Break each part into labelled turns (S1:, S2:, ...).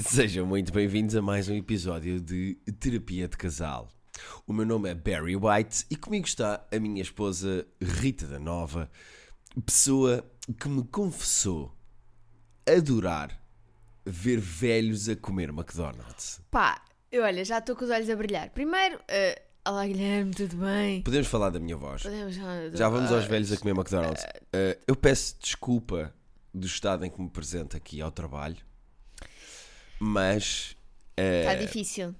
S1: Sejam muito bem-vindos a mais um episódio de Terapia de Casal. O meu nome é Barry White e comigo está a minha esposa Rita da Nova, pessoa que me confessou adorar ver velhos a comer McDonald's.
S2: Pá, eu, olha, já estou com os olhos a brilhar. Primeiro, eh, olá Guilherme, tudo bem?
S1: Podemos falar da minha voz?
S2: Podemos falar Ah. do- Ah,
S1: Já vamos aos velhos a comer McDonald's. Uh, eu peço desculpa do estado em que me presento aqui ao trabalho, mas É.
S2: Está tá difícil.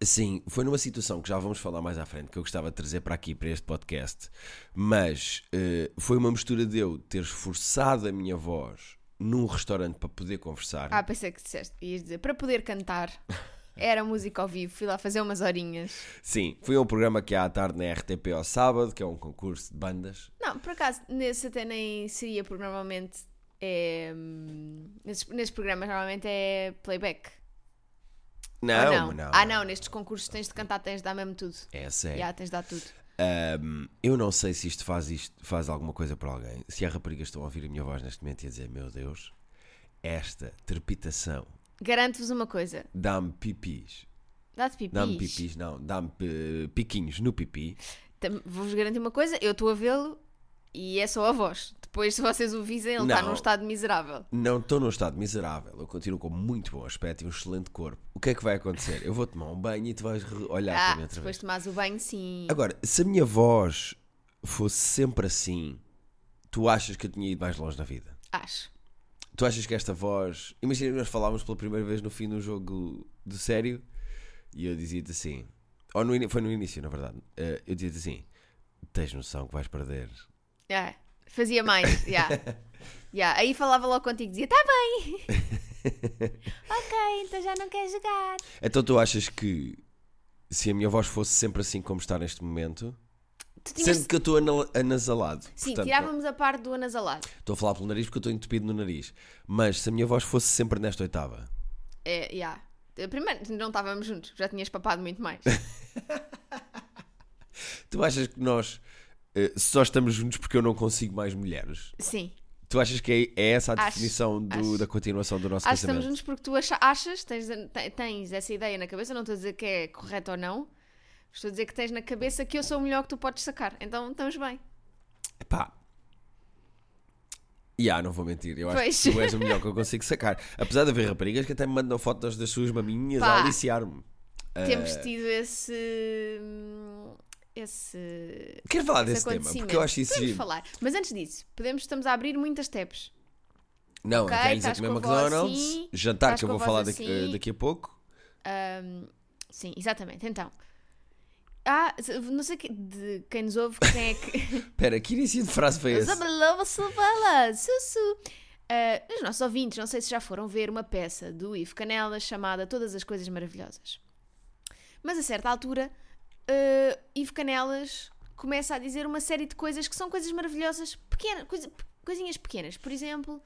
S1: Sim, foi numa situação que já vamos falar mais à frente que eu gostava de trazer para aqui, para este podcast. Mas eh, foi uma mistura de eu ter esforçado a minha voz num restaurante para poder conversar.
S2: Ah, pensei que disseste, ias dizer, para poder cantar. Era música ao vivo, fui lá fazer umas horinhas.
S1: Sim, foi um programa que há à tarde na RTP ao sábado, que é um concurso de bandas.
S2: Não, por acaso, nesse até nem seria, porque normalmente é. hum, Nesses, nesses programas normalmente é playback.
S1: Não,
S2: Ou não?
S1: não.
S2: Ah, não, nestes concursos tens de cantar, tens de dar mesmo tudo.
S1: É sério.
S2: Já, tens de dar tudo.
S1: Ahm, eu não sei se isto faz, isto faz alguma coisa para alguém. Se há raparigas que estão a ouvir a minha voz neste momento e a dizer: Meu Deus, esta trepitação
S2: Garanto-vos uma coisa,
S1: dá-me pipis.
S2: dá-te pipis.
S1: Dá-me pipis, não, dá-me eh, piquinhos no pipi.
S2: Tam- Vou-vos garantir uma coisa, eu estou a vê-lo e é só a voz. Depois, se vocês o visem, ele está
S1: Não.
S2: num estado miserável.
S1: Não estou num estado miserável, eu continuo com muito bom aspecto e um excelente corpo. O que é que vai acontecer? Eu vou tomar um banho e tu vais re- olhar
S2: Ah,
S1: para mim outra
S2: depois
S1: vez.
S2: tomas o banho, sim.
S1: Agora, se a minha voz fosse sempre assim, tu achas que eu tinha ido mais longe na vida?
S2: Acho.
S1: Tu achas que esta voz. Imagina, nós falámos pela primeira vez no fim do jogo do sério e eu dizia-te assim. Ou no ini- foi no início, na verdade. eh, eu dizia-te assim: tens noção que vais perder.
S2: É, Fazia mais, já. Já, Aí falava logo contigo, dizia, tá bem. ok, então já não quer jogar.
S1: Então tu achas que se a minha voz fosse sempre assim como está neste momento,
S2: Tu tinhas...
S1: sendo é? que eu estou anal- anasalado,
S2: Sim,
S1: portanto,
S2: tirávamos a parte do anasalado.
S1: não- estou a falar pelo nariz porque eu estou entupido no nariz, mas se a minha voz fosse sempre nesta oitava,
S2: É, já. Primeiro, não estávamos juntos, já tinhas papado muito mais.
S1: tu achas que nós eh, só estamos juntos porque eu não consigo mais mulheres?
S2: Sim.
S1: Tu achas que é, é essa a
S2: Acho,
S1: definição do-
S2: acho.
S1: da continuação do nosso
S2: Acho que estamos
S1: casamento?
S2: juntos porque tu acha- achas, tens, te- tens essa ideia na cabeça, não estou a dizer que é correto ou não, estou a dizer que tens na cabeça que eu sou o melhor que tu podes sacar, então estamos bem.
S1: Pá. E ah, não vou mentir, eu acho
S2: Pois.
S1: que tu és o melhor que eu consigo sacar. Apesar de haver raparigas que até me mandam fotos das suas maminhas
S2: Pá.
S1: a aliciar-me.
S2: Temos
S1: Eh,
S2: tido esse. hum, esse.
S1: Quero falar
S2: esse
S1: desse tema,
S2: acontecimento.
S1: porque eu acho isso
S2: Podemos
S1: giro.
S2: falar, mas antes disso, podemos, estamos a abrir muitas tabs.
S1: Não,
S2: Ok,
S1: velhos é a
S2: estás
S1: comer
S2: com a voz
S1: McDonald's,
S2: assim,
S1: jantar
S2: estás
S1: que eu
S2: com a
S1: vou
S2: voz
S1: falar daqui,
S2: assim.
S1: daqui a pouco.
S2: Hum, sim, exatamente, então. Ah, não sei que- de quem nos ouve, quem é que.
S1: Espera, que início de frase foi esse?
S2: Zabalova Silvala, Sussu. Ah, os nossos ouvintes, não sei se já foram ver uma peça do Ivo Canela chamada Todas as Coisas Maravilhosas. Mas a certa altura, ah, Ivo Canelas começa a dizer uma série de coisas que são coisas maravilhosas, pequenas, coisa- coisinhas pequenas. Por exemplo,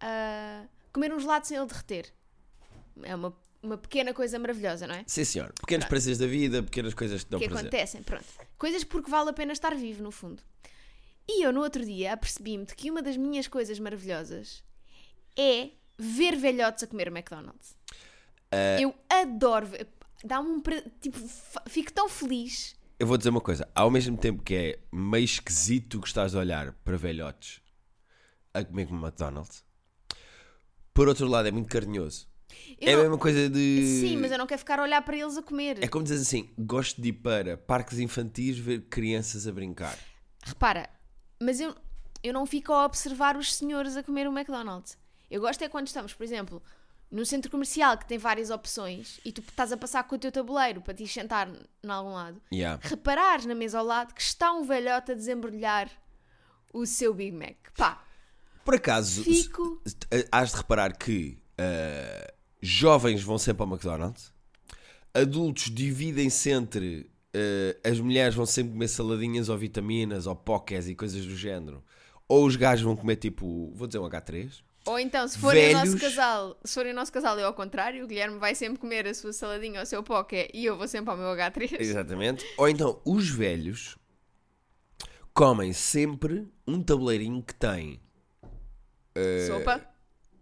S2: ah, comer um gelado sem ele derreter. É uma, uma pequena coisa maravilhosa, não é?
S1: Sim, senhor. Pequenos prazeres da vida, pequenas coisas que dão
S2: que
S1: prazer.
S2: acontecem, pronto. Coisas porque vale a pena estar vivo, no fundo. E eu, no outro dia, apercebi-me de que uma das minhas coisas maravilhosas é ver velhotes a comer McDonald's. Eu adoro. ver- Dá-me um. pra- Tipo, fa- fico tão feliz.
S1: Eu vou dizer uma coisa: ao mesmo tempo que é meio esquisito que estás a olhar para velhotes a comer como McDonald's, por outro lado é muito carinhoso.
S2: Eu
S1: é a
S2: não-
S1: mesma coisa de.
S2: Sim, mas eu não quero ficar a olhar para eles a comer.
S1: É como dizes assim: gosto de ir para parques infantis ver crianças a brincar.
S2: Repara, mas eu, eu não fico a observar os senhores a comer o McDonald's. Eu gosto é quando estamos, por exemplo, num centro comercial que tem várias opções e tu estás a passar com o teu tabuleiro para te ir sentar em algum lado.
S1: Yeah.
S2: Reparares na mesa ao lado que está um velhote a desembrulhar o seu Big Mac. Pá,
S1: Por acaso,
S2: Fico.
S1: se- se- Eh, hás de reparar que ah, jovens vão sempre ao McDonald's, adultos dividem-se entre ah, as mulheres vão sempre comer saladinhas ou vitaminas ou pokés e coisas do género, ou os gajos vão comer tipo, vou dizer um H3,
S2: ou então, se forem o nosso
S1: Velhos.
S2: casal, se forem o nosso casal, eu ao contrário, o Guilherme vai sempre comer a sua saladinha ou o seu poké e eu vou sempre ao meu H3.
S1: exatamente, ou então os velhos comem sempre um tabuleirinho que tem
S2: Sopa.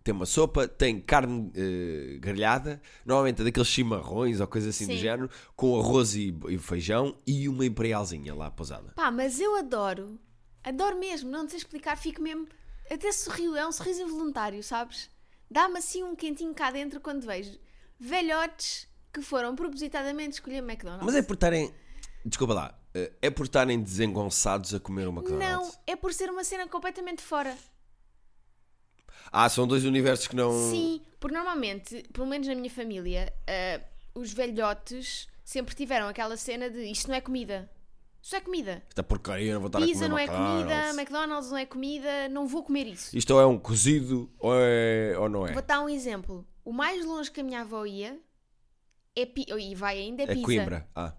S1: tem uma sopa, tem carne eh, grelhada, normalmente é daqueles chimarrões ou coisa assim do
S2: Sim.
S1: género, com arroz e, e feijão e uma imperialzinha lá pousada.
S2: Pá, mas eu adoro. Adoro mesmo, não sei explicar, fico mesmo. Até sorrio, é um sorriso involuntário, sabes? Dá-me assim um quentinho cá dentro quando vejo velhotes que foram propositadamente escolher McDonald's.
S1: Mas é por estarem. Desculpa lá. eh, É por estarem desengonçados a comer uma
S2: Não,
S1: McDonald's.
S2: é por ser uma cena completamente fora.
S1: Ah, são dois universos que não.
S2: Sim, porque normalmente, pelo menos na minha família, ah, os velhotes sempre tiveram aquela cena de isto não é comida. Isto não é comida.
S1: Esta porcaria, não vou estar
S2: Pizza
S1: a comer
S2: não é comida,
S1: McDonald's.
S2: McDonald's não é comida, não vou comer isso.
S1: Isto ou é um cozido ou, é... ou não é.
S2: Vou dar um exemplo. O mais longe que a minha avó ia é pi- e vai ainda é
S1: É
S2: Pisa.
S1: Coimbra. Ah.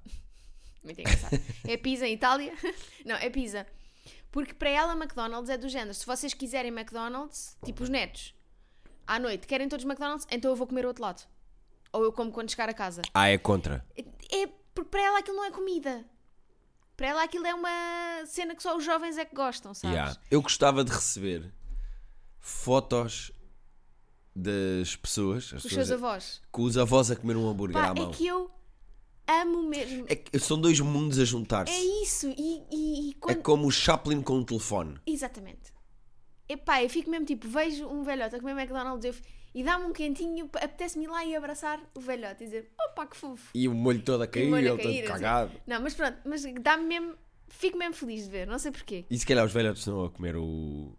S2: Muito engraçado. é Pisa em Itália? Não, é Pisa. Porque para ela McDonald's é do género. Se vocês quiserem McDonald's, tipo os netos, à noite querem todos McDonald's, então eu vou comer o outro lado. Ou eu como quando chegar a casa.
S1: ah, é contra.
S2: É porque para ela aquilo não é comida. Para ela aquilo é uma cena que só os jovens é que gostam, sabes?
S1: Yeah. Eu gostava de receber fotos das pessoas, as
S2: Os
S1: pessoas
S2: seus avós.
S1: com os avós a comer um hambúrguer
S2: Pá,
S1: à mão.
S2: é que eu amo mesmo.
S1: É que são dois mundos a juntar-se.
S2: É isso. E, e- e
S1: É
S2: quando...
S1: como o Chaplin com o telefone.
S2: Exatamente. Epá, eu fico mesmo tipo, vejo um velhote a comer McDonald's eu fico- e dá-me um quentinho, apetece-me ir lá e abraçar o velhote e dizer, opa, que fofo.
S1: E o molho todo a cair,
S2: molho a
S1: ele
S2: cair,
S1: todo
S2: assim.
S1: cagado.
S2: Não, mas pronto, mas dá-me mesmo, fico mesmo feliz de ver, não sei porquê.
S1: E se calhar os velhotes estão a comer o,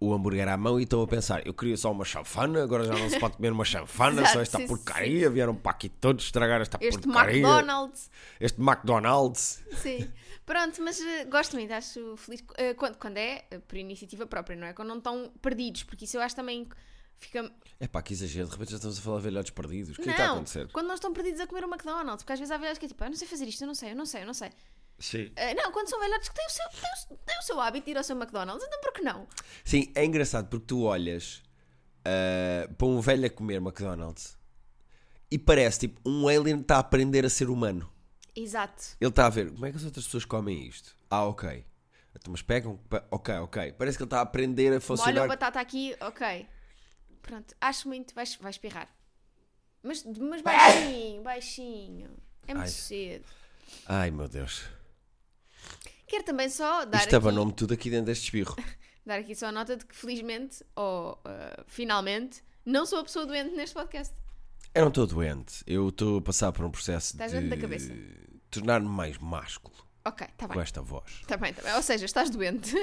S1: o hambúrguer à mão e estão a pensar: eu queria só uma chanfana, agora já não se pode comer uma chanfana, só
S2: Exato,
S1: esta
S2: sim,
S1: porcaria. Vieram para aqui todos estragar esta
S2: Este
S1: porcaria.
S2: McDonald's,
S1: Este McDonald's.
S2: sim. Pronto, mas eh, gosto muito, acho feliz eh, quando, quando é eh, por iniciativa própria, não é? Quando não estão perdidos, porque isso eu acho também que fica
S1: É pá, que exagero, de repente já estamos a falar de velhotes perdidos. O que é
S2: não,
S1: que está a acontecer?
S2: quando não estão perdidos a comer o McDonald's, porque às vezes há velhotes que é tipo, eu não sei fazer isto, eu não sei, eu não sei, eu não sei.
S1: Sim.
S2: Ah, não, quando são velhotes que têm o, seu, têm, o, seu- têm o seu hábito de ir ao seu McDonald's, então por que não?
S1: Sim, é engraçado porque tu olhas ah, para um velho a comer McDonald's e parece tipo um alien está a aprender a ser humano.
S2: Exato.
S1: Ele está a ver como é que as outras pessoas comem isto. Ah, ok. Então, mas pegam, pa- ok, ok. Parece que ele está a aprender a
S2: Molha a
S1: funcionar.
S2: batata aqui, ok. Pronto, acho muito, vais, vais espirrar. Mas, mas baixinho, baixinho. É muito
S1: Ai.
S2: cedo.
S1: Ai meu Deus.
S2: Quero também só dar
S1: Isto
S2: aqui,
S1: abanou-me tudo aqui dentro deste espirro.
S2: dar aqui só a nota de que felizmente, ou ah, finalmente, não sou a pessoa doente neste podcast.
S1: Eu não estou doente. Eu estou a passar por um processo
S2: Estás
S1: de
S2: doente da cabeça.
S1: tornar-me mais másculo
S2: Ok, tá
S1: com
S2: bem.
S1: esta voz.
S2: Tá bem, tá bem. Ou seja, estás doente.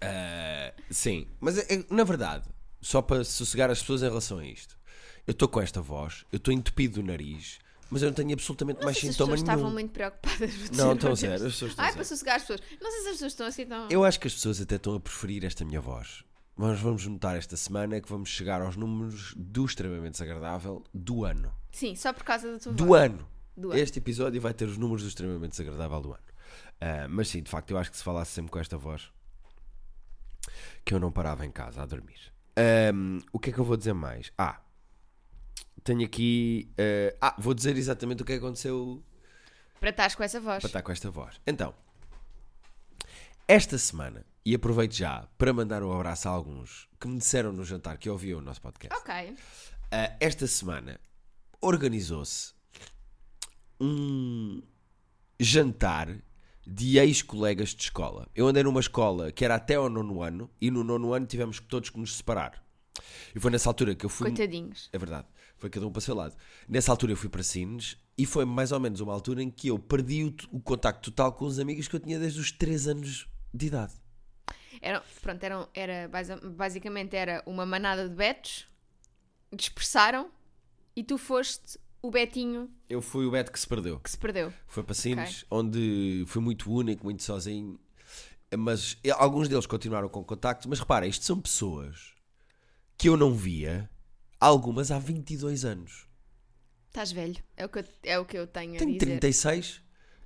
S1: Ah, sim, mas é- é- na verdade, só para sossegar as pessoas em relação a isto, eu estou com esta voz, eu estou entupido do nariz, mas eu não tenho absolutamente mais
S2: Não sei se as
S1: sintoma
S2: pessoas estavam
S1: nenhum.
S2: muito preocupadas. vou dizer
S1: Não, estão a
S2: honesto.
S1: sério, as pessoas estão a
S2: Ai, para
S1: sério.
S2: sossegar as pessoas. Não sei se as pessoas estão assim tão.
S1: Eu acho que as pessoas até estão a preferir esta minha voz. Mas vamos notar esta semana que vamos chegar aos números do extremamente desagradável do ano.
S2: Sim, só por causa da tua
S1: Do
S2: voz.
S1: ano!
S2: Do ano.
S1: Este episódio vai ter os números do extremamente desagradável do ano. Ah, mas sim, de facto, eu acho que se falasse sempre com esta voz que eu não parava em casa a dormir. Ahm, o que é que eu vou dizer mais? Ah, tenho aqui. eh, ah, vou dizer exatamente o que aconteceu
S2: Para estares com essa voz.
S1: para estar com esta voz. Então, esta semana, e aproveito já para mandar um abraço a alguns que me disseram no jantar que ouviam o nosso podcast.
S2: Ok.
S1: Ah, esta semana organizou-se um jantar de ex-colegas de escola. Eu andei numa escola que era até ao nono ano e no nono ano tivemos todos que nos separar. E foi nessa altura que eu fui.
S2: Coitadinhos.
S1: É verdade, foi cada um para o seu lado. Nessa altura eu fui para Sines e foi mais ou menos uma altura em que eu perdi o, o contacto total com os amigos que eu tinha desde os 3 anos de idade.
S2: Eram, pronto, eram, era, basi- basicamente era uma manada de betos. Dispersaram. E tu foste o betinho
S1: Eu fui o Beto que se perdeu.
S2: que se perdeu.
S1: Foi para Sines, onde fui muito único, muito sozinho. Mas eh, alguns deles continuaram com contacto. Mas repara, isto são pessoas que eu não via, algumas há 22 anos.
S2: Estás velho. É o que eu, é o que eu tenho, a
S1: Tenho
S2: dizer.
S1: 36,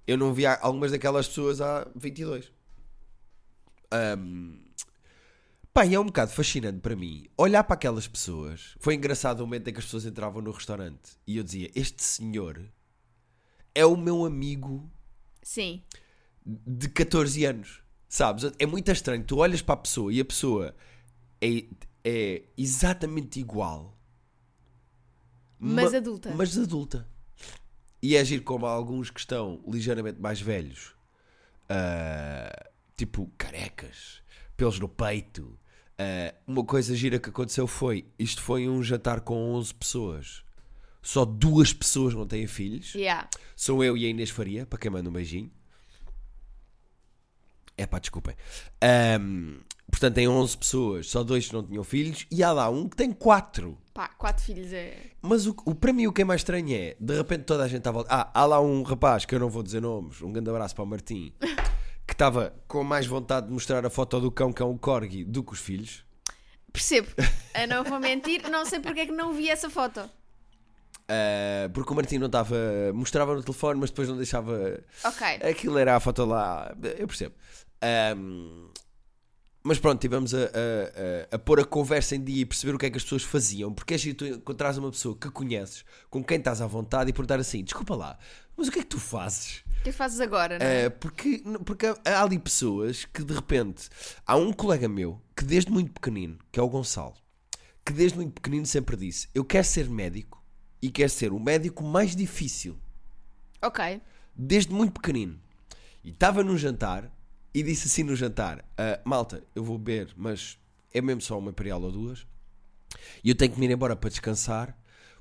S1: eu não via algumas daquelas pessoas há 22. Ahm, Pá, e é um bocado fascinante para mim olhar para aquelas pessoas. Foi engraçado o momento em que as pessoas entravam no restaurante e eu dizia: Este senhor é o meu amigo
S2: Sim.
S1: de 14 anos, sabes? É muito estranho. Tu olhas para a pessoa e a pessoa é, é exatamente igual.
S2: Mas
S1: ma-
S2: adulta.
S1: Mas adulta. E é agir como alguns que estão ligeiramente mais velhos, ah, tipo carecas, pelos no peito. Ah, uma coisa gira que aconteceu foi: isto foi um jantar com 11 pessoas. Só duas pessoas não têm filhos.
S2: Yeah.
S1: Sou eu e a Inês Faria, para quem manda um beijinho. É pá, desculpem. Ahm, portanto, tem 11 pessoas, só dois não tinham filhos, e há lá um que tem quatro.
S2: Pá, quatro filhos é.
S1: Mas o, o, para mim o que é mais estranho é, de repente toda a gente estava... Ah, há lá um rapaz, que eu não vou dizer nomes, um grande abraço para o Martim, que estava com mais vontade de mostrar a foto do cão, que é um corgi, do que os filhos.
S2: Percebo. Eu não vou mentir, não sei porque é que não vi essa foto.
S1: Ah, porque o Martim não estava... Mostrava no telefone, mas depois não deixava...
S2: Ok.
S1: Aquilo era a foto lá, eu percebo. Ahm, mas pronto, estivemos a, a- a- a pôr a conversa em dia e perceber o que é que as pessoas faziam, porque é giro tu encontrares uma pessoa que conheces, com quem estás à vontade, e perguntar assim: desculpa lá, mas o que é que tu fazes?
S2: O que fazes agora, não é?
S1: Ah, porque porque há- há ali pessoas que de repente. Há um colega meu que desde muito pequenino, que é o Gonçalo, que desde muito pequenino sempre disse: eu quero ser médico e quero ser o médico mais difícil
S2: Ok.
S1: desde muito pequenino. E estava num jantar e disse assim no jantar: "Ah, Malta, eu vou beber, mas é mesmo só uma imperial ou duas. E eu tenho que me ir embora para descansar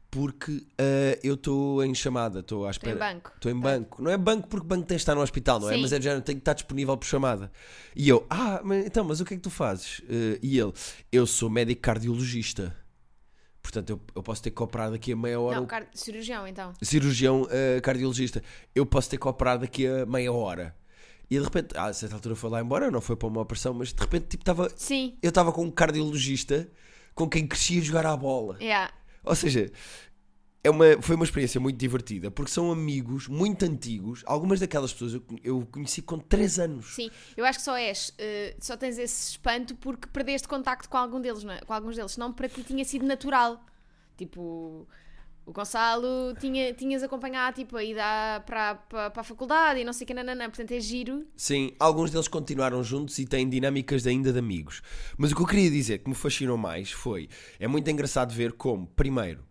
S1: porque ah, eu estou em chamada, estou à espera.
S2: banco.
S1: Estou em banco. Não é banco porque banco tem de estar no hospital, não é?
S2: Sim.
S1: Mas é já não tenho que estar disponível por chamada. E eu: Ah, mas, então, mas o que é que tu fazes? Ah, e ele: Eu sou médico cardiologista. Portanto, eu, eu posso ter que operar daqui a meia hora
S2: Não,
S1: o
S2: car- cirurgião então.
S1: cirurgião eh, cardiologista, eu posso ter que operar daqui a meia hora. E de repente, ah, a certa altura foi lá embora, não foi para uma operação, mas de repente tipo, tava,
S2: Sim.
S1: eu estava com um cardiologista com quem crescia a jogar à bola.
S2: Yeah.
S1: Ou seja, é uma, foi uma experiência muito divertida, porque são amigos muito antigos, algumas daquelas pessoas eu, con- eu conheci com 3 anos.
S2: Sim, eu acho que só és, eh, só tens esse espanto porque perdeste contacto com algum deles, não é? Com alguns deles, não para ti tinha sido natural. Tipo, o Gonçalo tinha, tinhas acompanhado tipo, a ida para, para, para a faculdade e não sei o que, nananã. Portanto, é giro.
S1: Sim, alguns deles continuaram juntos e têm dinâmicas ainda de amigos. Mas o que eu queria dizer que me fascinou mais foi: é muito engraçado ver como, primeiro,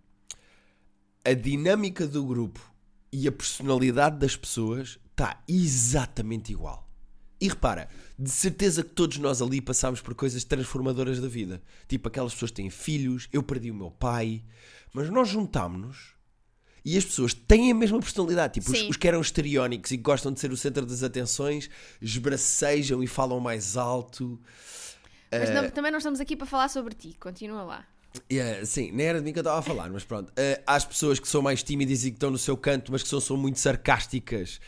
S1: a dinâmica do grupo e a personalidade das pessoas está exatamente igual. E repara, de certeza que todos nós ali passámos por coisas transformadoras da vida. Tipo, aquelas pessoas têm filhos, eu perdi o meu pai, mas nós juntámos-nos e as pessoas têm a mesma personalidade. Tipo, os,
S2: Sim.
S1: os que eram estereónicos e que gostam de ser o centro das atenções, esbracejam e falam mais alto.
S2: Mas não- também não estamos aqui para falar sobre ti. Continua lá.
S1: Yeah, eh, sim, nem era de mim que eu estava a falar, mas pronto. Eh, há as pessoas que são mais tímidas e que estão no seu canto, mas que são, são muito sarcásticas.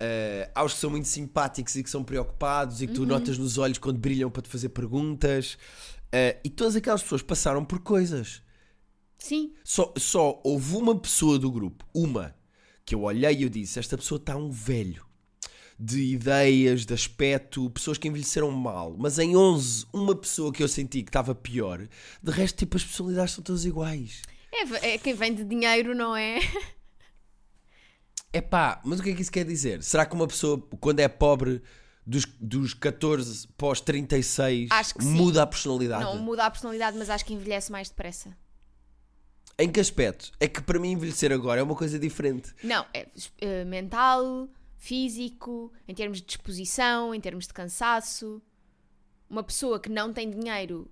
S1: Eh, há os que são muito simpáticos e que são preocupados e que tu notas nos olhos quando brilham para te fazer perguntas. Eh, e todas aquelas pessoas passaram por coisas.
S2: Sim,
S1: Só, só houve uma pessoa do grupo, uma, que eu olhei e eu disse: Esta pessoa está um velho. De ideias, de aspecto, pessoas que envelheceram mal. Mas em 11, uma pessoa que eu senti que estava pior. De resto, tipo, as personalidades são todas iguais.
S2: é, v- é quem vem de dinheiro, não é?
S1: É pá, mas o que é que isso quer dizer? Será que uma pessoa, quando é pobre, dos, dos 14 para os 36,
S2: Acho que sim.
S1: muda a personalidade?
S2: Não muda a personalidade, mas acho que envelhece mais depressa.
S1: Em que aspecto? É que para mim envelhecer agora é uma coisa diferente.
S2: Não, é eh, mental, físico, em termos de disposição, em termos de cansaço. Uma pessoa que não tem dinheiro,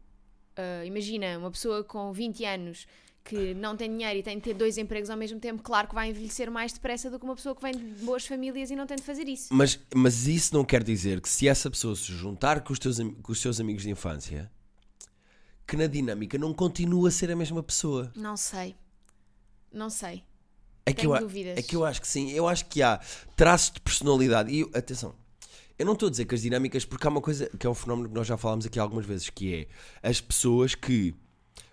S2: eh, imagina, uma pessoa com 20 anos que não tem dinheiro e tem de ter dois empregos ao mesmo tempo, claro que vai envelhecer mais depressa do que uma pessoa que vem de boas famílias e não tem de fazer isso.
S1: Mas, mas isso não quer dizer que se essa pessoa se juntar com os, teus, am- com os seus amigos de infância, que na dinâmica não continua a ser a mesma pessoa.
S2: Não sei. Não sei.
S1: É que,
S2: Tenho
S1: eu, a-
S2: dúvidas.
S1: é que eu acho que sim, eu acho que há traços de personalidade. E eu- atenção, eu não estou a dizer que as dinâmicas, porque há uma coisa que é um fenómeno que nós já falámos aqui algumas vezes, que é as pessoas que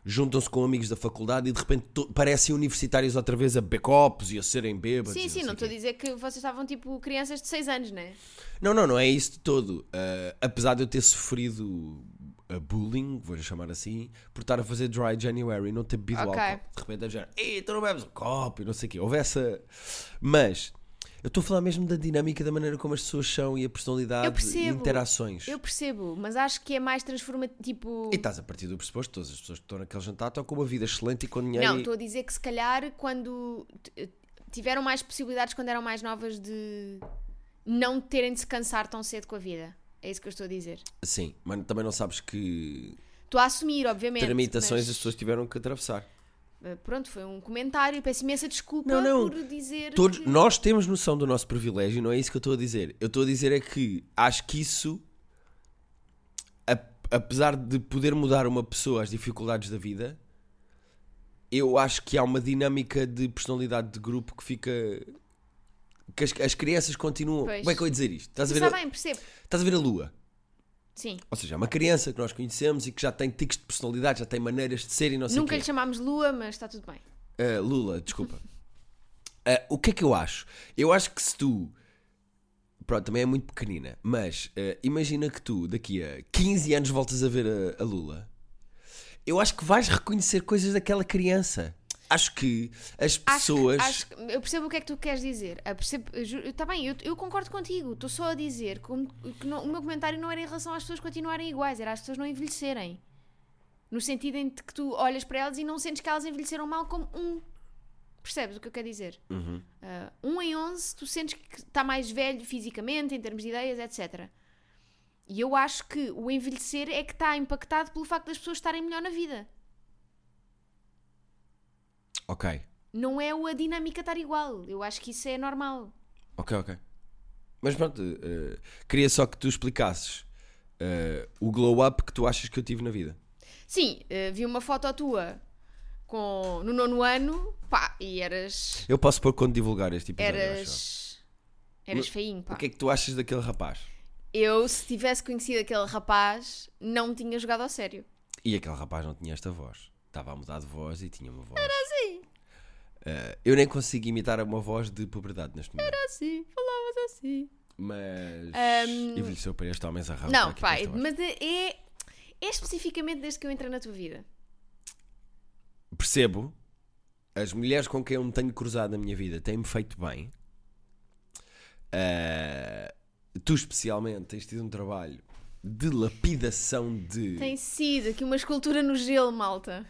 S1: juntam-se com amigos da faculdade e de repente to- parecem universitários outra vez a becopos e a serem bêbados. e
S2: sim, sim,
S1: sei
S2: não estou a
S1: quê.
S2: dizer que vocês estavam tipo crianças de 6 anos, né?
S1: Não, não, não é isso de todo. Ah, apesar de eu ter sofrido ah, bullying, vou chamar assim, por estar a fazer dry January e não ter bebido
S2: Ok.
S1: então álcool. De repente, a dizer, ei, tu não bebes um copo e não sei o quê. Houve essa. Mas Eu estou a falar mesmo da dinâmica, da maneira como as pessoas são e a personalidade
S2: Eu
S1: e
S2: percebo.
S1: interações.
S2: Eu percebo, mas acho que é mais transformativo. Tipo...
S1: E estás a partir do pressuposto que todas as pessoas que estão naquele jantar estão com uma vida excelente e com dinheiro.
S2: Não,
S1: e-
S2: estou a dizer que se calhar quando t- eh, tiveram mais possibilidades quando eram mais novas de não terem de se cansar tão cedo com a vida. É isso que eu estou a dizer.
S1: Sim, mas também não sabes que
S2: Estou a assumir, obviamente.
S1: tramitações as
S2: mas,
S1: pessoas tiveram que atravessar.
S2: eh, Pronto, foi um comentário. Peço imensa desculpa
S1: Não, não.
S2: por dizer.
S1: Todos,
S2: que-
S1: nós temos noção do nosso privilégio, não é isso que eu estou a dizer. Eu estou a dizer é que acho que isso, a- apesar de poder mudar uma pessoa às dificuldades da vida, eu acho que há uma dinâmica de personalidade de grupo que fica. que as, as crianças continuam.
S2: Pois.
S1: Como é que eu ia dizer isto? Estás a, ver
S2: Está
S1: a,
S2: bem, percebo.
S1: estás a ver a lua?
S2: Sim.
S1: Ou seja, é uma criança que nós conhecemos e que já tem tiques de personalidade, já tem maneiras de ser e não sei o
S2: Nunca
S1: quê.
S2: lhe chamámos Lua, mas está tudo bem.
S1: Ah, Lula, desculpa. Ah, o que é que eu acho? Eu acho que se tu. Pronto, também é muito pequenina, mas ah, imagina que tu daqui a 15 anos voltas a ver a, a Lula. Eu acho que vais reconhecer coisas daquela criança. Acho que as
S2: Acho que-
S1: pessoas.
S2: acho que- eu percebo o que é que tu queres dizer. Eu percebo, eu ju- eu- tá bem, eu, eu concordo contigo. Estou só a dizer que, o, que não- o meu comentário não era em relação às pessoas continuarem iguais, era às pessoas não envelhecerem. No sentido em que tu olhas para elas e não sentes que elas envelheceram mal como um. Percebes o que eu quero dizer? Ah, um em 11, tu sentes que está mais velho fisicamente, em termos de ideias, etc. E eu acho que o envelhecer é que está impactado pelo facto das pessoas estarem melhor na vida.
S1: Ok,
S2: Não é o a dinâmica estar igual. Eu acho que isso é normal.
S1: ok, ok. Mas pronto, ah, queria só que tu explicasses ah, o glow-up que tu achas que eu tive na vida.
S2: Sim, eh, vi uma foto tua com, no nono ano, pá, e eras.
S1: Eu posso pôr quando divulgar este episódio. eu acho.
S2: Eras. Eras feinho, pá.
S1: O que é que tu achas daquele rapaz?
S2: Eu, se tivesse conhecido aquele rapaz, não tinha jogado ao sério.
S1: E aquele rapaz não tinha esta voz. Estava a mudar de voz e tinha uma voz. Era assim. eu nem consigo imitar uma voz de puberdade neste momento.
S2: Assim, falavas assim.
S1: Mas.
S2: Ahm.
S1: Envelheceu para este homem zarrado.
S2: Não,
S1: aqui
S2: pá,
S1: com esta voz.
S2: mas é, é especificamente desde que eu entrei na tua vida.
S1: é. Percebo. As mulheres com quem eu me tenho cruzado na minha vida têm-me feito bem. Ah, tu, especialmente, tens tido um trabalho de lapidação de.
S2: Tem sido aqui uma escultura no gelo, malta.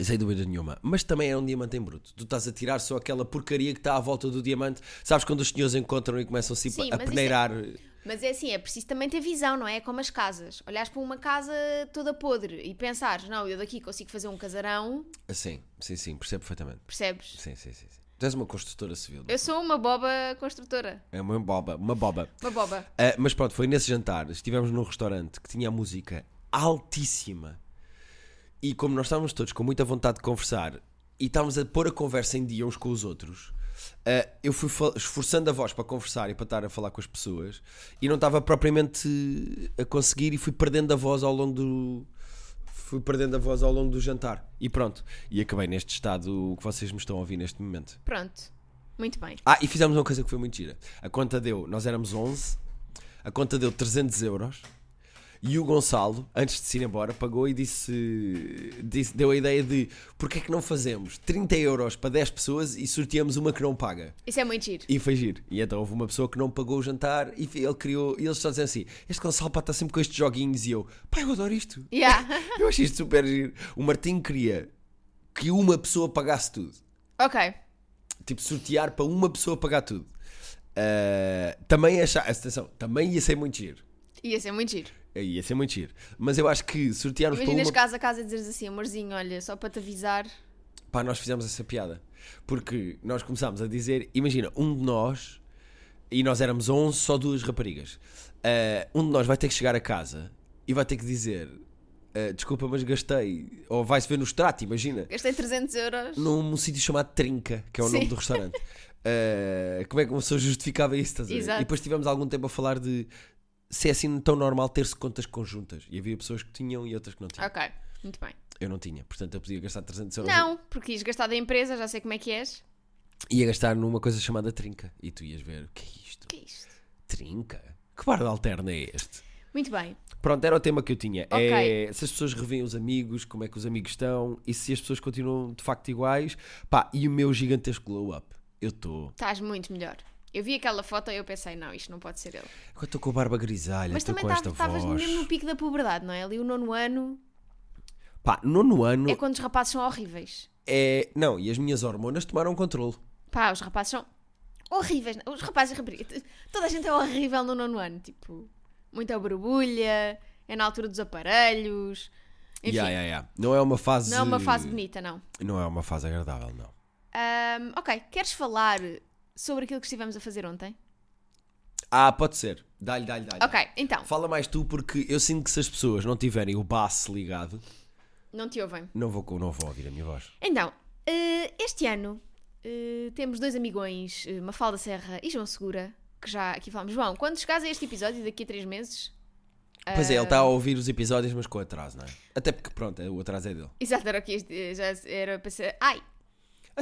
S1: Sem dúvida nenhuma. Mas também é um diamante em bruto. Tu estás a tirar só aquela porcaria que está à volta do diamante. Sabes quando os senhores encontram e começam tipo, a
S2: Sim, mas isso é-
S1: peneirar.
S2: Mas é assim, é preciso também ter visão, não é? É Como as casas. Olhares para uma casa toda podre e pensares, não, eu daqui consigo fazer um casarão,
S1: Sim, sim, sim, percebo perfeitamente.
S2: percebes?
S1: Sim, sim, sim. sim. Tu és uma construtora civil. não é?
S2: Eu sou uma boba construtora.
S1: É uma boba, uma boba.
S2: Uma boba.
S1: Ah, mas pronto, foi nesse jantar. Estivemos num restaurante que tinha a música altíssima. E como nós estávamos todos com muita vontade de conversar e estávamos a pôr a conversa em dia uns com os outros, ah, eu fui fa- esforçando a voz para conversar e para estar a falar com as pessoas e não estava propriamente a conseguir e fui perdendo a voz ao longo do. Fui perdendo a voz ao longo do jantar. E pronto. E acabei neste estado que vocês me estão a ouvir neste momento.
S2: Pronto. Muito bem.
S1: Ah, e fizemos uma coisa que foi muito gira. A conta deu, nós éramos 11, a conta deu 300 euros. E o Gonçalo, antes de se ir embora, pagou e disse, disse deu a ideia de porque é que não fazemos 30 euros para 10 pessoas e sorteamos uma que não paga.
S2: Isso é muito giro.
S1: E foi giro. E então houve uma pessoa que não pagou o jantar e ele criou, e eles só dizem assim: Este Gonçalo pá, está sempre com estes joguinhos. E eu, pá, eu adoro isto.
S2: Yeah.
S1: Eu acho isto super giro. O Martim queria que uma pessoa pagasse tudo
S2: ok.
S1: tipo, sortear para uma pessoa pagar tudo. Ah, também achar, atenção, também ia ser muito giro. Eh,
S2: Ia ser muito giro.
S1: Ia ser muito giro. Mas eu acho que sortearmos para
S2: Imaginas
S1: uma.
S2: casa a casa e dizeres assim, amorzinho, olha, só para te avisar.
S1: Pá, nós fizemos essa piada. Porque nós começámos a dizer, imagina, um de nós, e nós éramos 11, só duas raparigas. Ah, um de nós vai ter que chegar a casa e vai ter que dizer: ah, Desculpa, mas gastei. Ou vai-se ver no extrato, imagina.
S2: Gastei 300 euros.
S1: num sítio chamado Trinca, que é o
S2: Sim.
S1: nome do restaurante. Uh, como é que uma pessoa justificava isso? Estás a ver?
S2: Exato.
S1: E depois tivemos algum tempo a falar de se é assim tão normal ter-se contas conjuntas. E havia pessoas que tinham e outras que não tinham.
S2: Ok. Muito bem.
S1: Eu não tinha, portanto eu podia gastar 300 euros
S2: Não, porque ias gastar da empresa, já sei como é que és.
S1: e ia gastar numa coisa chamada Trinca. E tu ias ver, o que é isto?
S2: Que é isto?
S1: Trinca? Que bar de alterna é este?
S2: Muito bem.
S1: Pronto, era o tema que eu tinha. É
S2: Ok.
S1: se as pessoas revêem os amigos, como é que os amigos estão e se as pessoas continuam de facto iguais. Pá, e o meu gigantesco glow up. Eu estou.
S2: Estás muito melhor. Eu vi aquela foto e eu pensei, não, isto não pode ser ele.
S1: Agora estou com a barba grisalha,
S2: Mas
S1: estou
S2: também
S1: com esta
S2: estavas
S1: voz.
S2: mesmo no pico da puberdade, não é? Ali o nono ano
S1: Pá, nono ano
S2: é quando os rapazes são horríveis.
S1: é... Não, e as minhas hormonas tomaram controle.
S2: Pá, os rapazes são horríveis. Os rapazes e raparigas. Toda a gente é horrível no nono ano. Tipo, muita borbulha, é na altura dos aparelhos. Enfim,
S1: Ya, ya, ya. Não é uma fase...
S2: não é uma fase bonita, não.
S1: Não é uma fase agradável, não.
S2: Ahm, ok, queres falar sobre aquilo que estivemos a fazer ontem?
S1: Ah, pode ser. Dá-lhe, dá-lhe, dá-lhe.
S2: Ok, então,
S1: Fala mais tu, porque eu sinto que se as pessoas não tiverem o baço ligado,
S2: não te ouvem.
S1: não vou, não vou ouvir a minha voz.
S2: Então, eh, este ano eh, temos dois amigões, eh, Mafalda Serra e João Segura, que já aqui falamos. João, quando chegares a este episódio, daqui a três meses.
S1: Pois é, ele está
S2: Ah.
S1: a ouvir os episódios, mas com atraso, não é? Até porque, pronto, o atraso é dele.
S2: Exato, era o que este, eh, já era para ser. Ai! Oh,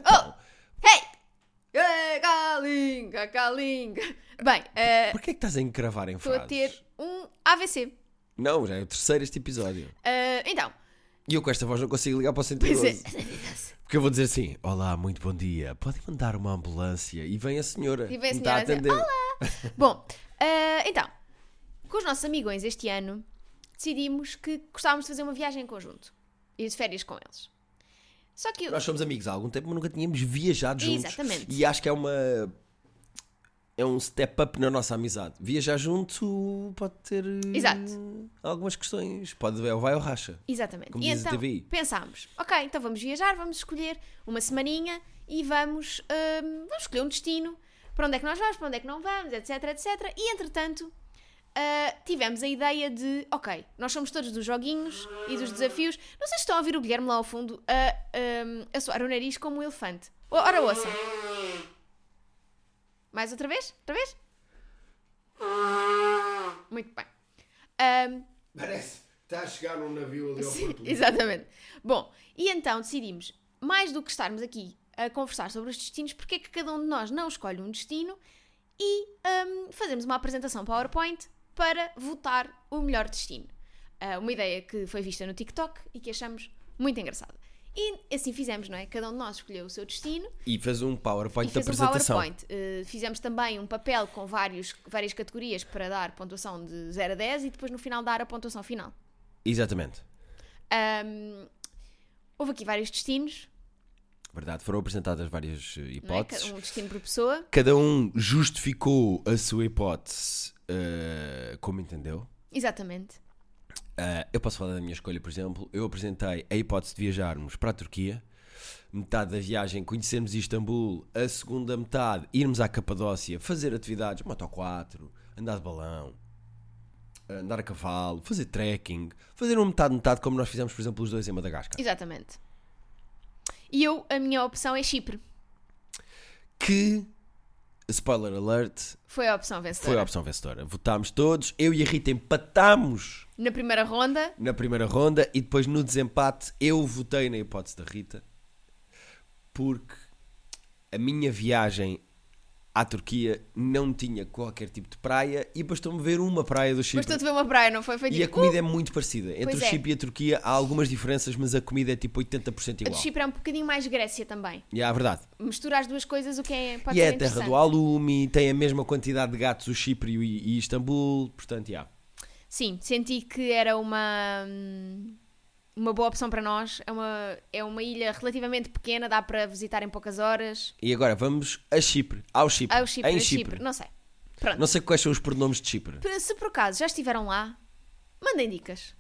S1: Então,
S2: Ei, Calinga, calinga! Bem, eh,
S1: porquê é que estás a encravar em
S2: estou
S1: frases?
S2: a ter um AVC.
S1: Não, já é o terceiro este episódio.
S2: Eh, então,
S1: E eu com esta voz não consigo ligar para o
S2: pois
S1: 112.
S2: é.
S1: Porque eu vou dizer assim, olá, muito bom dia, podem mandar uma ambulância. E vem a senhora,
S2: E vem a
S1: que me está a
S2: senhora a dizer,
S1: atender.
S2: Bom, eh, então, com os nossos amigões este ano, decidimos que gostávamos de fazer uma viagem em conjunto. Ir de férias com eles. Só que.
S1: Nós somos amigos há algum tempo, mas nunca tínhamos viajado juntos.
S2: Exatamente.
S1: E acho que é uma... É um step up na nossa amizade. Viajar junto pode ter eh,
S2: Exato.
S1: algumas questões. Pode é ou vai ou racha.
S2: Exatamente.
S1: Como
S2: e
S1: diz a
S2: então
S1: TVI.
S2: pensámos, ok, então vamos viajar, vamos escolher uma semaninha e vamos, hum, vamos escolher um destino, para onde é que nós vamos, para onde é que não vamos, etc, etc. E entretanto, ah, tivemos a ideia de, ok, nós somos todos dos joguinhos e dos desafios. Não sei se estão a ouvir o Guilherme lá ao fundo a, hum, a soar o nariz como um elefante. O- Ora, ouçam. Mais outra vez? Outra vez? Muito bem. Hum,
S3: Parece que está a chegar num navio ali ao
S2: Sim,
S3: porto.
S2: exatamente. Bom, e então decidimos, mais do que estarmos aqui a conversar sobre os destinos, porque é que cada um de nós não escolhe um destino e hum, fazemos uma apresentação PowerPoint para votar o melhor destino. Ah, uma ideia que foi vista no TikTok e que achamos muito engraçada. E assim fizemos, não é? Cada um de nós escolheu o seu destino
S1: E fez um PowerPoint
S2: e
S1: da
S2: fez um
S1: apresentação.
S2: PowerPoint. Eh, fizemos também um papel com vários, várias categorias para dar pontuação de 0 a 10 e depois no final dar a pontuação final.
S1: Exatamente.
S2: Ahm, houve aqui vários destinos,
S1: Verdade, foram apresentadas várias eh,
S2: não é?
S1: hipóteses.
S2: um destino por pessoa.
S1: Cada um justificou a sua hipótese eh, como entendeu.
S2: Exatamente.
S1: Eh, eu posso falar da minha escolha, por exemplo. Eu apresentei a hipótese de viajarmos para a Turquia. Metade da viagem conhecermos Istambul, a segunda metade irmos à Capadócia, fazer atividades, moto 4, andar de balão, andar a cavalo, fazer trekking, fazer um metade-metade como nós fizemos, por exemplo, os dois em Madagascar.
S2: Exatamente. E eu, a minha opção é Chipre.
S1: Que, spoiler alert,
S2: Foi a opção
S1: Foi
S2: vencedora.
S1: a opção vencedora. Votámos todos, eu e a Rita empatámos
S2: Na primeira ronda,
S1: na primeira ronda e depois no desempate eu votei na hipótese da Rita porque a minha viagem à Turquia não tinha qualquer tipo de praia e bastou-me ver uma praia do Chipre.
S2: bastou-te ver uma praia, não foi? Foi
S1: E
S2: tipo,
S1: a comida é muito parecida. Entre
S2: Pois
S1: o
S2: é.
S1: Chipre e a Turquia há algumas diferenças, mas a comida é tipo 80%
S2: "Uh, a de
S1: igual.
S2: Chipre é um bocadinho mais Grécia também.
S1: E é a verdade.
S2: Mistura as duas coisas, o que é, pode
S1: e é
S2: ser
S1: a terra
S2: interessante.
S1: do alume, tem a mesma quantidade de gatos o Chipre e, e Istambul, portanto, yeah.
S2: Sim, senti que era uma hum, uma boa opção para nós. É uma, é uma ilha relativamente pequena, dá para visitar em poucas horas.
S1: E agora vamos a Chipre, ao Chipre,
S2: Ah, o Chipre,
S1: em
S2: a
S1: Chipre.
S2: Chipre, não sei. Pronto.
S1: Não sei quais são os pronomes de Chipre.
S2: Se por acaso já estiveram lá, mandem dicas.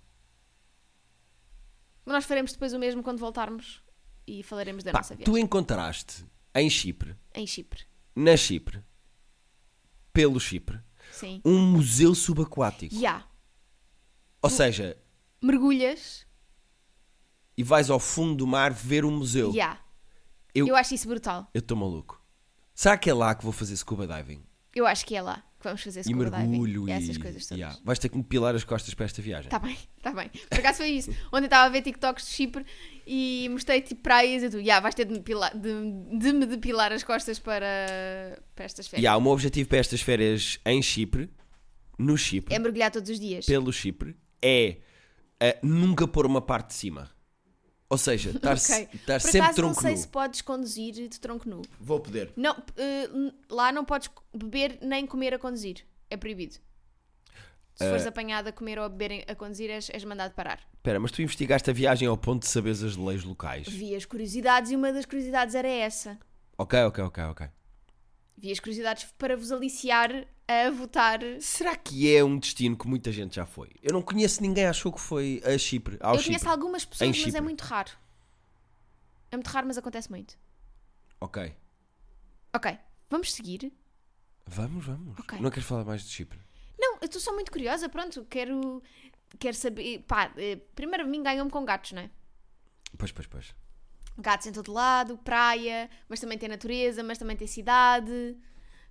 S2: Nós faremos depois o mesmo quando voltarmos e falaremos da
S1: Pá,
S2: nossa viagem
S1: tu encontraste em Chipre,
S2: em Chipre.
S1: na Chipre, pelo Chipre,
S2: Sim.
S1: um museu subaquático.
S2: E há
S1: Ou seja,
S2: mergulhas
S1: e vais ao fundo do mar ver um museu.
S2: e há.
S1: Eu-
S2: Eu acho isso brutal.
S1: Eu estou maluco. Será que é lá que vou fazer scuba diving?
S2: Eu acho que é lá que vamos fazer
S1: e
S2: scuba diving
S1: mergulho
S2: e
S1: e.
S2: essas coisas todas.
S1: Yeah. Vais ter que me pilar as costas para esta viagem.
S2: Tá bem, tá bem. Por acaso foi isso. Ontem estava a ver TikToks de Chipre e mostrei tipo praias e tu, "Ya, vais ter de me, pilar- de- de me depilar as costas para, para estas férias.
S1: E há o meu objetivo para estas férias em Chipre, no Chipre,
S2: É mergulhar todos os dias.
S1: pelo Chipre, é eh, nunca pôr uma parte de cima. Ou seja, estar,
S2: Ok.
S1: estar
S2: Por
S1: tá sempre
S2: acaso
S1: tronco
S2: não sei
S1: nu.
S2: se podes conduzir de tronco nu.
S3: Vou poder.
S2: Não, eh, n- lá não podes co- beber nem comer a conduzir. É proibido. Se fores
S1: Eh,
S2: apanhado a comer ou a beber em- a conduzir, és, és mandado parar.
S1: Espera, mas tu investigaste a viagem ao ponto de saberes as leis locais.
S2: Vi as curiosidades e uma das curiosidades era essa.
S1: Ok, ok, ok, ok.
S2: Vi as curiosidades para vos aliciar a votar.
S1: Será que é um destino que muita gente já foi? Eu não conheço ninguém, achou que foi a Chipre. Ao
S2: Eu
S1: Chipre.
S2: conheço algumas pessoas, mas é
S1: Chipre.
S2: muito raro. É muito raro, mas acontece muito.
S1: Ok.
S2: Ok, vamos seguir.
S1: Vamos, vamos.
S2: Ok.
S1: Não queres falar mais de Chipre?
S2: Não, eu estou só muito curiosa, pronto, quero, quero saber. Pá, eh, primeiro a mim ganhou-me com gatos, não é?
S1: Pois, pois, pois.
S2: Gatos em todo lado, praia, mas também tem natureza, mas também tem cidade.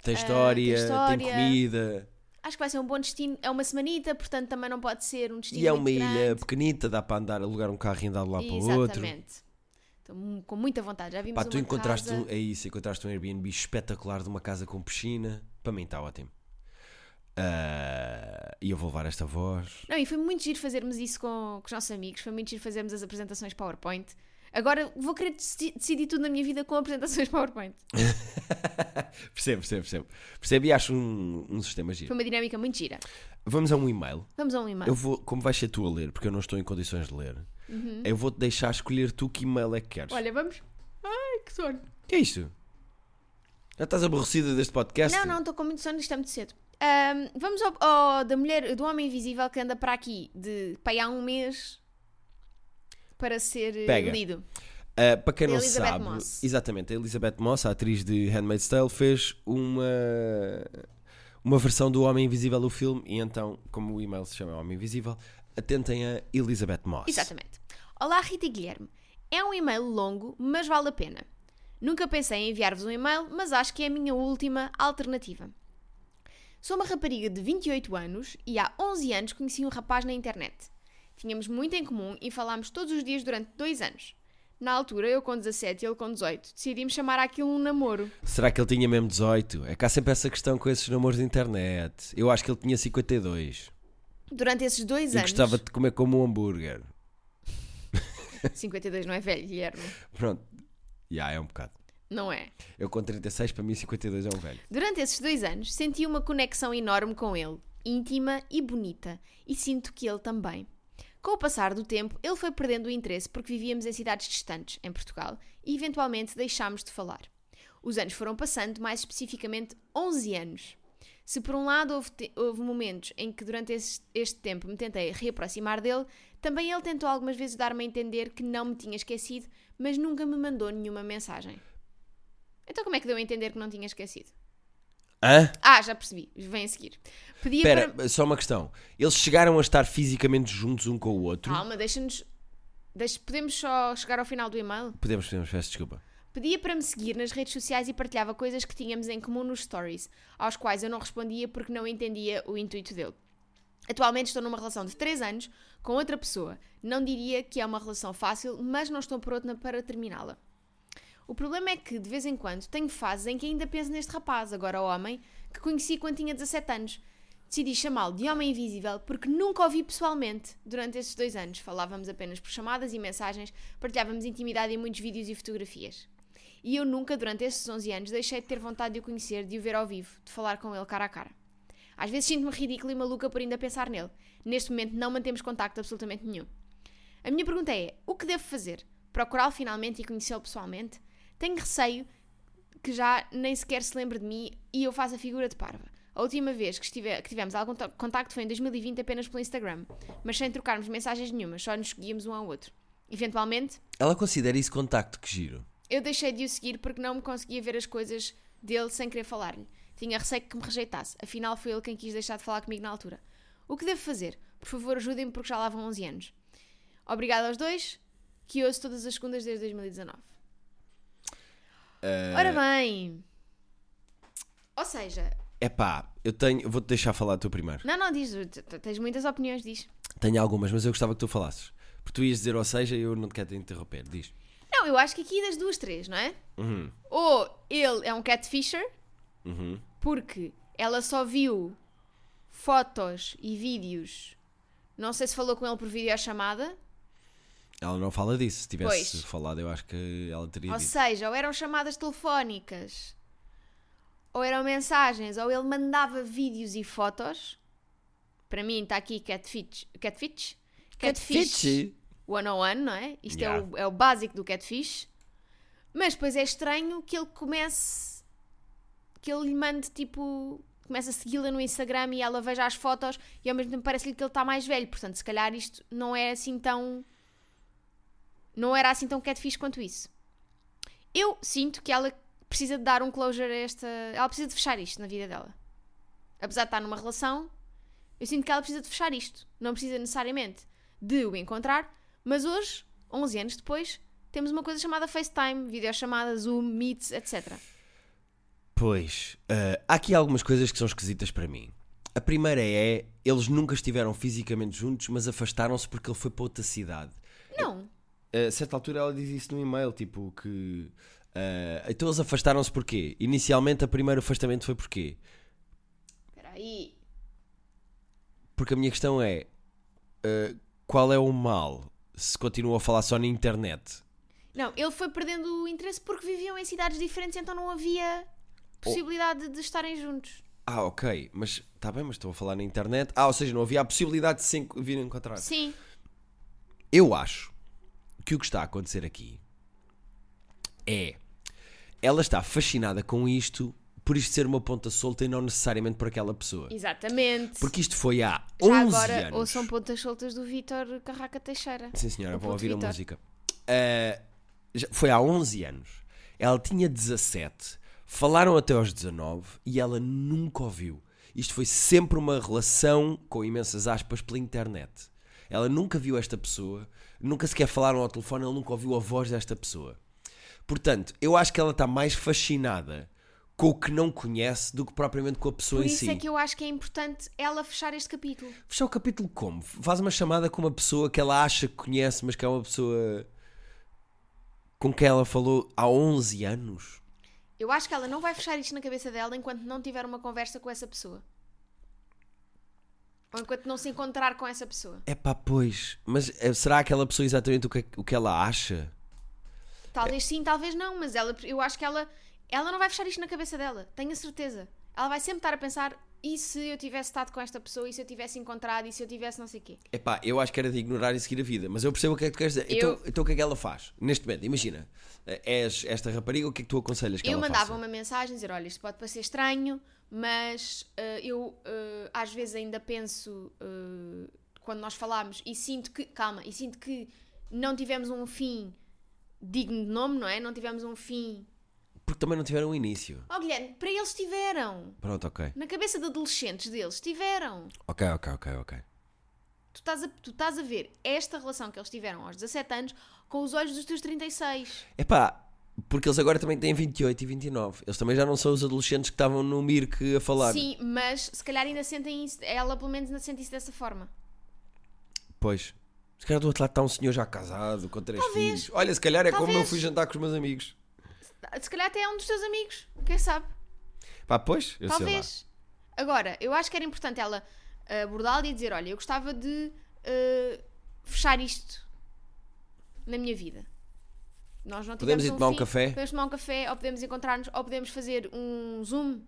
S1: Tem história, tem,
S2: Ah, história.
S1: comida.
S2: Acho que vai ser um bom destino. É uma semanita, portanto também não pode ser um destino.
S1: E é
S2: muito
S1: uma ilha
S2: grande.
S1: pequenita, dá para andar, alugar um carro e andar de lá para o outro.
S2: Exatamente. Estou mu- com muita vontade. Já vimos
S1: Pá,
S2: uma
S1: tu encontraste
S2: casa.
S1: um, é isso, encontraste um Airbnb espetacular de uma casa com piscina. Para mim está ótimo. Ah, e eu vou levar esta voz.
S2: Não, e foi muito giro fazermos isso com, com os nossos amigos. Foi muito giro fazermos as apresentações PowerPoint. Agora vou querer deci- decidir tudo na minha vida com apresentações PowerPoint.
S1: Percebo, percebo, percebo. Percebo e acho um, um sistema giro.
S2: Foi uma dinâmica muito gira.
S1: Vamos a um e-mail.
S2: Vamos a um e-mail.
S1: Eu vou, como vais ser tu a ler, porque eu não estou em condições de ler, eu vou-te deixar escolher tu que e-mail é que queres.
S2: Uhum. Olha, vamos. Ai, que sono.
S1: que é isto? Já estás aborrecida deste podcast?
S2: Não, não, estou com muito sono, isto é muito cedo. Ahm, vamos ao, ao da mulher, do homem invisível que anda para aqui de pai há um mês para ser eh,
S1: Pega.
S2: lido.
S1: Ah, para quem não
S2: É Elizabeth
S1: sabe,
S2: Moss.
S1: exatamente, a Elizabeth Moss, a atriz de Handmaid's Tale, fez uma uma versão do Homem Invisível do filme e então, como o e-mail se chama Homem Invisível, atentem a Elizabeth Moss.
S2: Exatamente. Olá, Rita e Guilherme. É um e-mail longo, mas vale a pena. Nunca pensei em enviar-vos um e-mail, mas acho que é a minha última alternativa. Sou uma rapariga de 28 anos e há 11 anos conheci um rapaz na internet. Tínhamos muito em comum e falámos todos os dias durante dois anos. Na altura, eu com 17 e ele com 18, decidimos chamar aquilo um namoro.
S1: Será que ele tinha mesmo 18? É que há sempre essa questão com esses namoros de internet. Eu acho que ele tinha 52
S2: Durante esses dois
S1: e
S2: anos.
S1: gostava de comer como um hambúrguer.
S2: 52 não é velho, Guilherme.
S1: Pronto. Já, é um bocado.
S2: Não é?
S1: Eu com 36, para mim 52 é um velho.
S2: Durante esses dois anos, senti uma conexão enorme com ele, íntima e bonita, e sinto que ele também. Com o passar do tempo, ele foi perdendo o interesse porque vivíamos em cidades distantes, em Portugal, e eventualmente deixámos de falar. Os anos foram passando, mais especificamente 11 anos. Se por um lado houve, te- houve momentos em que durante esse- este tempo me tentei reaproximar dele, também ele tentou algumas vezes dar-me a entender que não me tinha esquecido, mas nunca me mandou nenhuma mensagem. Então como é que deu a entender que não tinha esquecido?
S1: Hã?
S2: Ah, já percebi. Vem a seguir. Pedia
S1: Espera,
S2: para.
S1: só uma questão. Eles chegaram a estar fisicamente juntos um com o outro?
S2: Calma, deixa-nos. Deixa... Podemos só chegar ao final do e-mail?
S1: Podemos, podemos, peço desculpa.
S2: Pedia para me seguir nas redes sociais e partilhava coisas que tínhamos em comum nos stories, aos quais eu não respondia porque não entendia o intuito dele. Atualmente estou numa relação de 3 anos com outra pessoa. Não diria que é uma relação fácil, mas não estou pronta para terminá-la. O problema é que, de vez em quando, tenho fases em que ainda penso neste rapaz, agora homem, que conheci quando tinha 17 anos. Decidi chamá-lo de Homem Invisível porque nunca o vi pessoalmente durante estes dois anos. Falávamos apenas por chamadas e mensagens, partilhávamos intimidade em muitos vídeos e fotografias. E eu nunca, durante estes 11 anos, deixei de ter vontade de o conhecer, de o ver ao vivo, de falar com ele cara a cara. Às vezes sinto-me ridícula e maluca por ainda pensar nele. Neste momento não mantemos contacto absolutamente nenhum. A minha pergunta é: o que devo fazer? Procurá-lo finalmente e conhecê-lo pessoalmente? Tenho receio que já nem sequer se lembre de mim e eu faça figura de parva. A última vez que, estive- que tivemos algum to- contacto foi em 2020 apenas pelo Instagram, mas sem trocarmos mensagens nenhuma, só nos seguíamos um ao outro. Eventualmente,
S1: Ela considera isso contacto, que giro.
S2: eu deixei de o seguir porque não me conseguia ver as coisas dele sem querer falar-lhe. Tinha receio que me rejeitasse. Afinal, foi ele quem quis deixar de falar comigo na altura. O que devo fazer? Por favor, ajudem-me porque já lá vão 11 anos. Obrigada aos dois, que ouço todas as segundas desde 2019. Ora bem. Ou seja,
S1: Epá, eu tenho. eu Vou-te deixar falar tu primeiro.
S2: não, não, diz, tu- tu- tens muitas opiniões, diz.
S1: Tenho algumas, mas eu gostava que tu falasses. Porque tu ias dizer, ou seja, eu não te quero te interromper. Diz.
S2: Não, eu acho que aqui das duas, três, não é? Ou ele é um catfisher, porque ela só viu fotos e vídeos. Não sei se falou com ele por videochamada,
S1: Ela não fala disso. Se tivesse
S2: Pois.
S1: falado, eu acho que ela teria
S2: Ou
S1: dito.
S2: seja, ou eram chamadas telefónicas, ou eram mensagens, ou ele mandava vídeos e fotos. Para mim está aqui catfish. Catfish?
S1: Catfish.
S2: 101, não é? Isto é,
S1: Yeah.
S2: o, é o básico do catfish. Mas depois é estranho que ele comece. que ele lhe mande tipo. Comece a segui-la no Instagram e ela veja as fotos e ao mesmo tempo parece-lhe que ele está mais velho. Portanto, se calhar isto não é assim tão. não era assim tão catfish quanto isso. Eu sinto que ela precisa de dar um closure a esta. Ela precisa de fechar isto na vida dela. Apesar de estar numa relação, eu sinto que ela precisa de fechar isto. Não precisa necessariamente de o encontrar, mas hoje, 11 anos depois, temos uma coisa chamada FaceTime, videochamadas, Zoom, Meets, etc.
S1: Pois, eh, há aqui algumas coisas que são esquisitas para mim. A primeira é, eles nunca estiveram fisicamente juntos, mas afastaram-se porque ele foi para outra cidade.
S2: Não.
S1: a certa altura ela diz isso no e-mail, tipo que. ah, então eles afastaram-se porquê? Inicialmente, o primeiro afastamento foi porquê?
S2: Espera aí.
S1: Porque a minha questão é: ah, qual é o mal se continuam a falar só na internet?
S2: Não, ele foi perdendo o interesse porque viviam em cidades diferentes, então não havia
S1: Oh.
S2: possibilidade de estarem juntos.
S1: Ah, ok, mas está bem, mas estou a falar na internet. Ah, ou seja, não havia a possibilidade de se enco- vir encontrar.
S2: Sim.
S1: Eu acho que o que está a acontecer aqui é ela está fascinada com isto por isto ser uma ponta solta e não necessariamente por aquela pessoa.
S2: Exatamente.
S1: Porque isto foi há 11
S2: Já agora
S1: anos.
S2: ouçam pontas soltas do Vítor Carraca Teixeira.
S1: Sim, senhora,
S2: O
S1: vão
S2: puto
S1: ouvir a
S2: Vítor.
S1: música. Ah, já- foi há 11 anos. Ela tinha 17, falaram até aos 19 e ela nunca ouviu. Isto foi sempre uma relação, com imensas aspas, pela internet. Ela nunca viu esta pessoa, nunca sequer falaram ao telefone, ela nunca ouviu a voz desta pessoa. Portanto, eu acho que ela está mais fascinada com o que não conhece do que propriamente com a pessoa
S2: Por
S1: em
S2: isso
S1: si.
S2: é que eu acho que é importante ela fechar este capítulo.
S1: Fechar o capítulo como? Faz uma chamada com uma pessoa que ela acha que conhece, mas que é uma pessoa com quem ela falou há 11 anos.
S2: Eu acho que ela não vai fechar isto na cabeça dela enquanto não tiver uma conversa com essa pessoa. Ou enquanto não se encontrar com essa pessoa.
S1: É pá, pois. Mas eh, será aquela pessoa exatamente o que, o que ela acha?
S2: Talvez sim, talvez não, mas ela, eu acho que ela, ela não vai fechar isto na cabeça dela, tenho a certeza. Ela vai sempre estar a pensar: e se eu tivesse estado com esta pessoa, e se eu tivesse encontrado, e se eu tivesse não sei o quê?
S1: É pá, eu acho que era de ignorar e seguir a vida, mas eu percebo o que é que tu queres dizer. Então,
S2: Eu-
S1: então o que é que ela faz? Neste momento, imagina, eh, és esta rapariga, o que é que tu aconselhas que
S2: eu
S1: ela
S2: mandava
S1: faça?
S2: uma mensagem dizer: olha, isto pode parecer estranho, mas eh, eu eh, às vezes ainda penso eh, quando nós falámos e sinto que, calma, e sinto que não tivemos um fim digno de nome, não é? Não tivemos um fim.
S1: Porque também não tiveram um início.
S2: Oh, Guilherme, para eles tiveram.
S1: Pronto, ok.
S2: Na cabeça de adolescentes deles, tiveram.
S1: Ok, ok, ok, ok.
S2: Tu estás, a, tu estás a ver esta relação que eles tiveram aos 17 anos com os olhos dos teus 36.
S1: É pá, porque eles agora também têm 28 e 29. Eles também já não são os adolescentes que estavam no Mirk a falar.
S2: Sim, mas se calhar ainda sentem isso. Ela pelo menos ainda sente isso dessa forma.
S1: Pois. Se calhar do outro lado está um senhor já casado, com três
S2: Talvez.
S1: filhos. Olha, se calhar é como
S2: Talvez.
S1: eu fui jantar com os meus amigos.
S2: Se calhar até é um dos teus amigos, quem sabe?
S1: Pá, pois, eu sei
S2: Talvez. Agora, eu acho que era importante ela eh, abordá-lo e dizer: Olha, eu gostava de eh, fechar isto na minha vida. Nós não
S1: Podemos
S2: tivemos
S1: ir tomar um
S2: fim,
S1: café?
S2: Podemos tomar um café, ou podemos encontrar-nos, ou podemos fazer um Zoom.
S1: lá.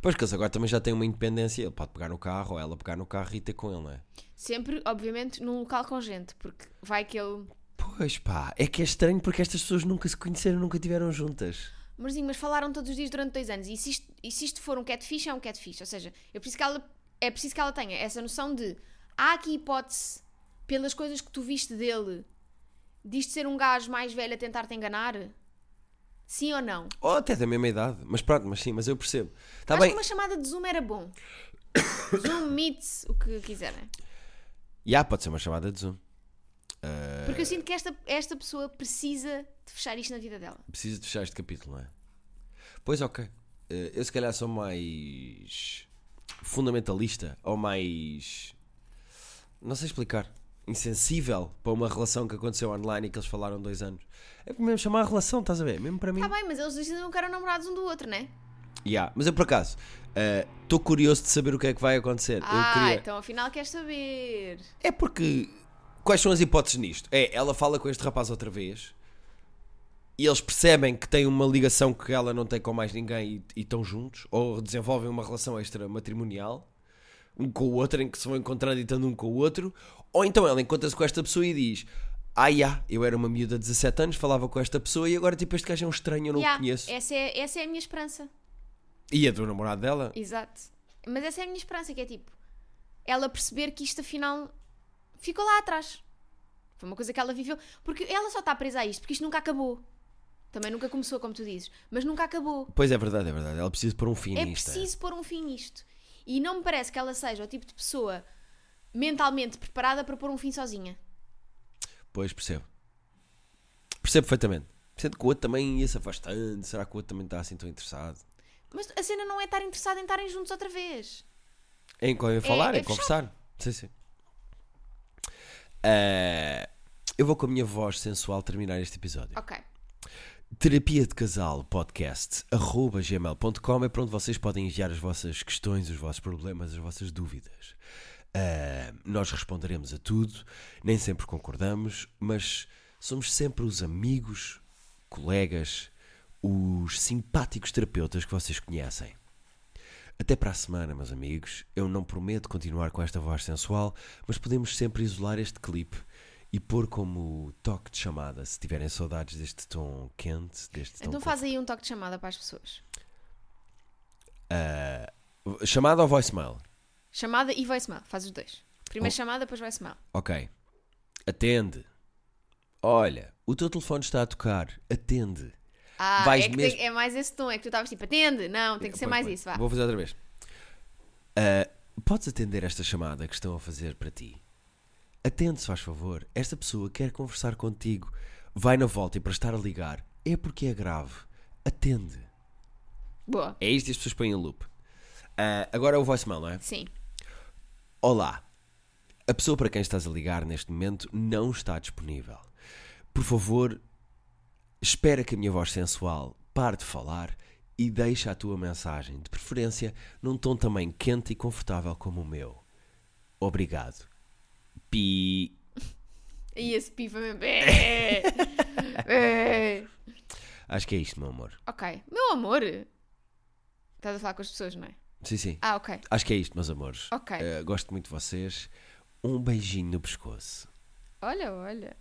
S1: Pois, porque eles agora também já têm uma independência. Ele pode pegar no carro, ou ela pegar no carro e ter com ele, não é?
S2: Sempre, obviamente, num local com gente, porque vai que ele.
S1: Pois pá, é que é estranho porque estas pessoas nunca se conheceram, nunca estiveram juntas.
S2: Amorzinho, mas falaram todos os dias durante dois anos. E se isto, e se isto for um catfish, é um catfish. Ou seja, eu preciso que ela, é preciso que ela tenha essa noção de há aqui hipótese, pelas coisas que tu viste dele, disto ser um gajo mais velho a tentar-te enganar? Sim ou não?
S1: Ou até da mesma idade. Mas pronto, mas sim, mas eu percebo. Está
S2: Acho
S1: bem.
S2: que uma chamada de Zoom era bom. Zoom, Meets, o que quiserem. é
S1: E há, pode ser uma chamada de Zoom.
S2: Porque eu sinto que esta, esta pessoa precisa de fechar isto na vida dela.
S1: Precisa de fechar este capítulo, não é? Pois ok. Eh, Eu se calhar sou mais fundamentalista ou mais não sei explicar. Insensível para uma relação que aconteceu online e que eles falaram dois anos. É mesmo chamar a relação, estás a ver? Mesmo para mim.
S2: Está Tá bem, mas eles decidem que eram namorados um do outro, não é?
S1: Yeah. Mas eu por acaso eh, estou curioso de saber o que é que vai acontecer. eu
S2: Ah,
S1: queria.
S2: então afinal queres saber.
S1: É porque quais são as hipóteses nisto? É, ela fala com este rapaz outra vez e eles percebem que tem uma ligação que ela não tem com mais ninguém e, e estão juntos, ou desenvolvem uma relação extramatrimonial, um com o outro, em que se vão encontrando e estando um com o outro, ou então ela encontra-se com esta pessoa e diz: Ah, já, eu era uma miúda de 17 anos, falava com esta pessoa e agora tipo este gajo é um estranho, eu não
S2: Yeah,
S1: o conheço.
S2: Essa é, essa é a minha esperança.
S1: E a do namorado dela?
S2: Exato. Mas essa é a minha esperança, que é tipo, ela perceber que isto afinal ficou lá atrás. Foi uma coisa que ela viveu. Porque ela só está presa a isto, porque isto nunca acabou. Também nunca começou, como tu dizes, mas nunca acabou.
S1: Pois é verdade, é verdade. Ela precisa pôr um fim
S2: É
S1: nisto. é.
S2: preciso pôr um fim nisto. E não me parece que ela seja o tipo de pessoa mentalmente preparada para pôr um fim sozinha.
S1: Pois, percebo. Percebo perfeitamente. Sendo que o outro também ia-se afastando. Será que o outro também está assim tão interessado?
S2: Mas a cena não é estar interessada em estarem juntos outra vez.
S1: É em co- em falar,
S2: é
S1: é, em conversar. Sim, sim. Ah, eu vou com a minha voz sensual terminar este episódio.
S2: Ok.
S1: Terapia de Casal Podcast arroba gmail.com é para onde vocês podem enviar as vossas questões, os vossos problemas, as vossas dúvidas. Ah, nós responderemos a tudo, nem sempre concordamos, mas somos sempre os amigos, colegas, os simpáticos terapeutas que vocês conhecem. Até para a semana, meus amigos. Eu não prometo continuar com esta voz sensual, mas podemos sempre isolar este clipe e pôr como toque de chamada se tiverem saudades deste tom quente, deste tom.
S2: Então faz aí um toque de chamada para as pessoas.
S1: conf- Chamada ou voicemail?
S2: Chamada e voicemail. Faz os dois. Primeiro chamada, depois voicemail.
S1: Ok. Atende. Olha, o teu telefone está a tocar. Atende.
S2: Ah,
S1: Vais
S2: é, que
S1: mesmo-
S2: tem- é mais esse tom, é que tu estavas tipo, atende. Não, tem que ser
S1: Pois,
S2: mais
S1: pois.
S2: isso, vá.
S1: Vou fazer outra vez. Ah, podes atender esta chamada que estão a fazer para ti? Atende, se faz favor. Esta pessoa quer conversar contigo. Vai na volta e para estar a ligar é porque é grave. Atende.
S2: Boa.
S1: É isto e as pessoas põem em loop. Ah, agora é o voicemail, não é?
S2: Sim.
S1: Olá. A pessoa para quem estás a ligar neste momento não está disponível. Por favor, espera que a minha voz sensual pare de falar e deixa a tua mensagem, de preferência num tom também quente e confortável como o meu. Obrigado. Pi.
S2: E esse pifa mesmo. É. É.
S1: Acho que é isto, meu amor.
S2: ok. Meu amor. Estás a falar com as pessoas, não é?
S1: Sim, sim.
S2: Ah, ok.
S1: Acho que é isto, meus amores.
S2: Ok.
S1: Eh, gosto muito de vocês. Um beijinho no pescoço.
S2: Olha, olha.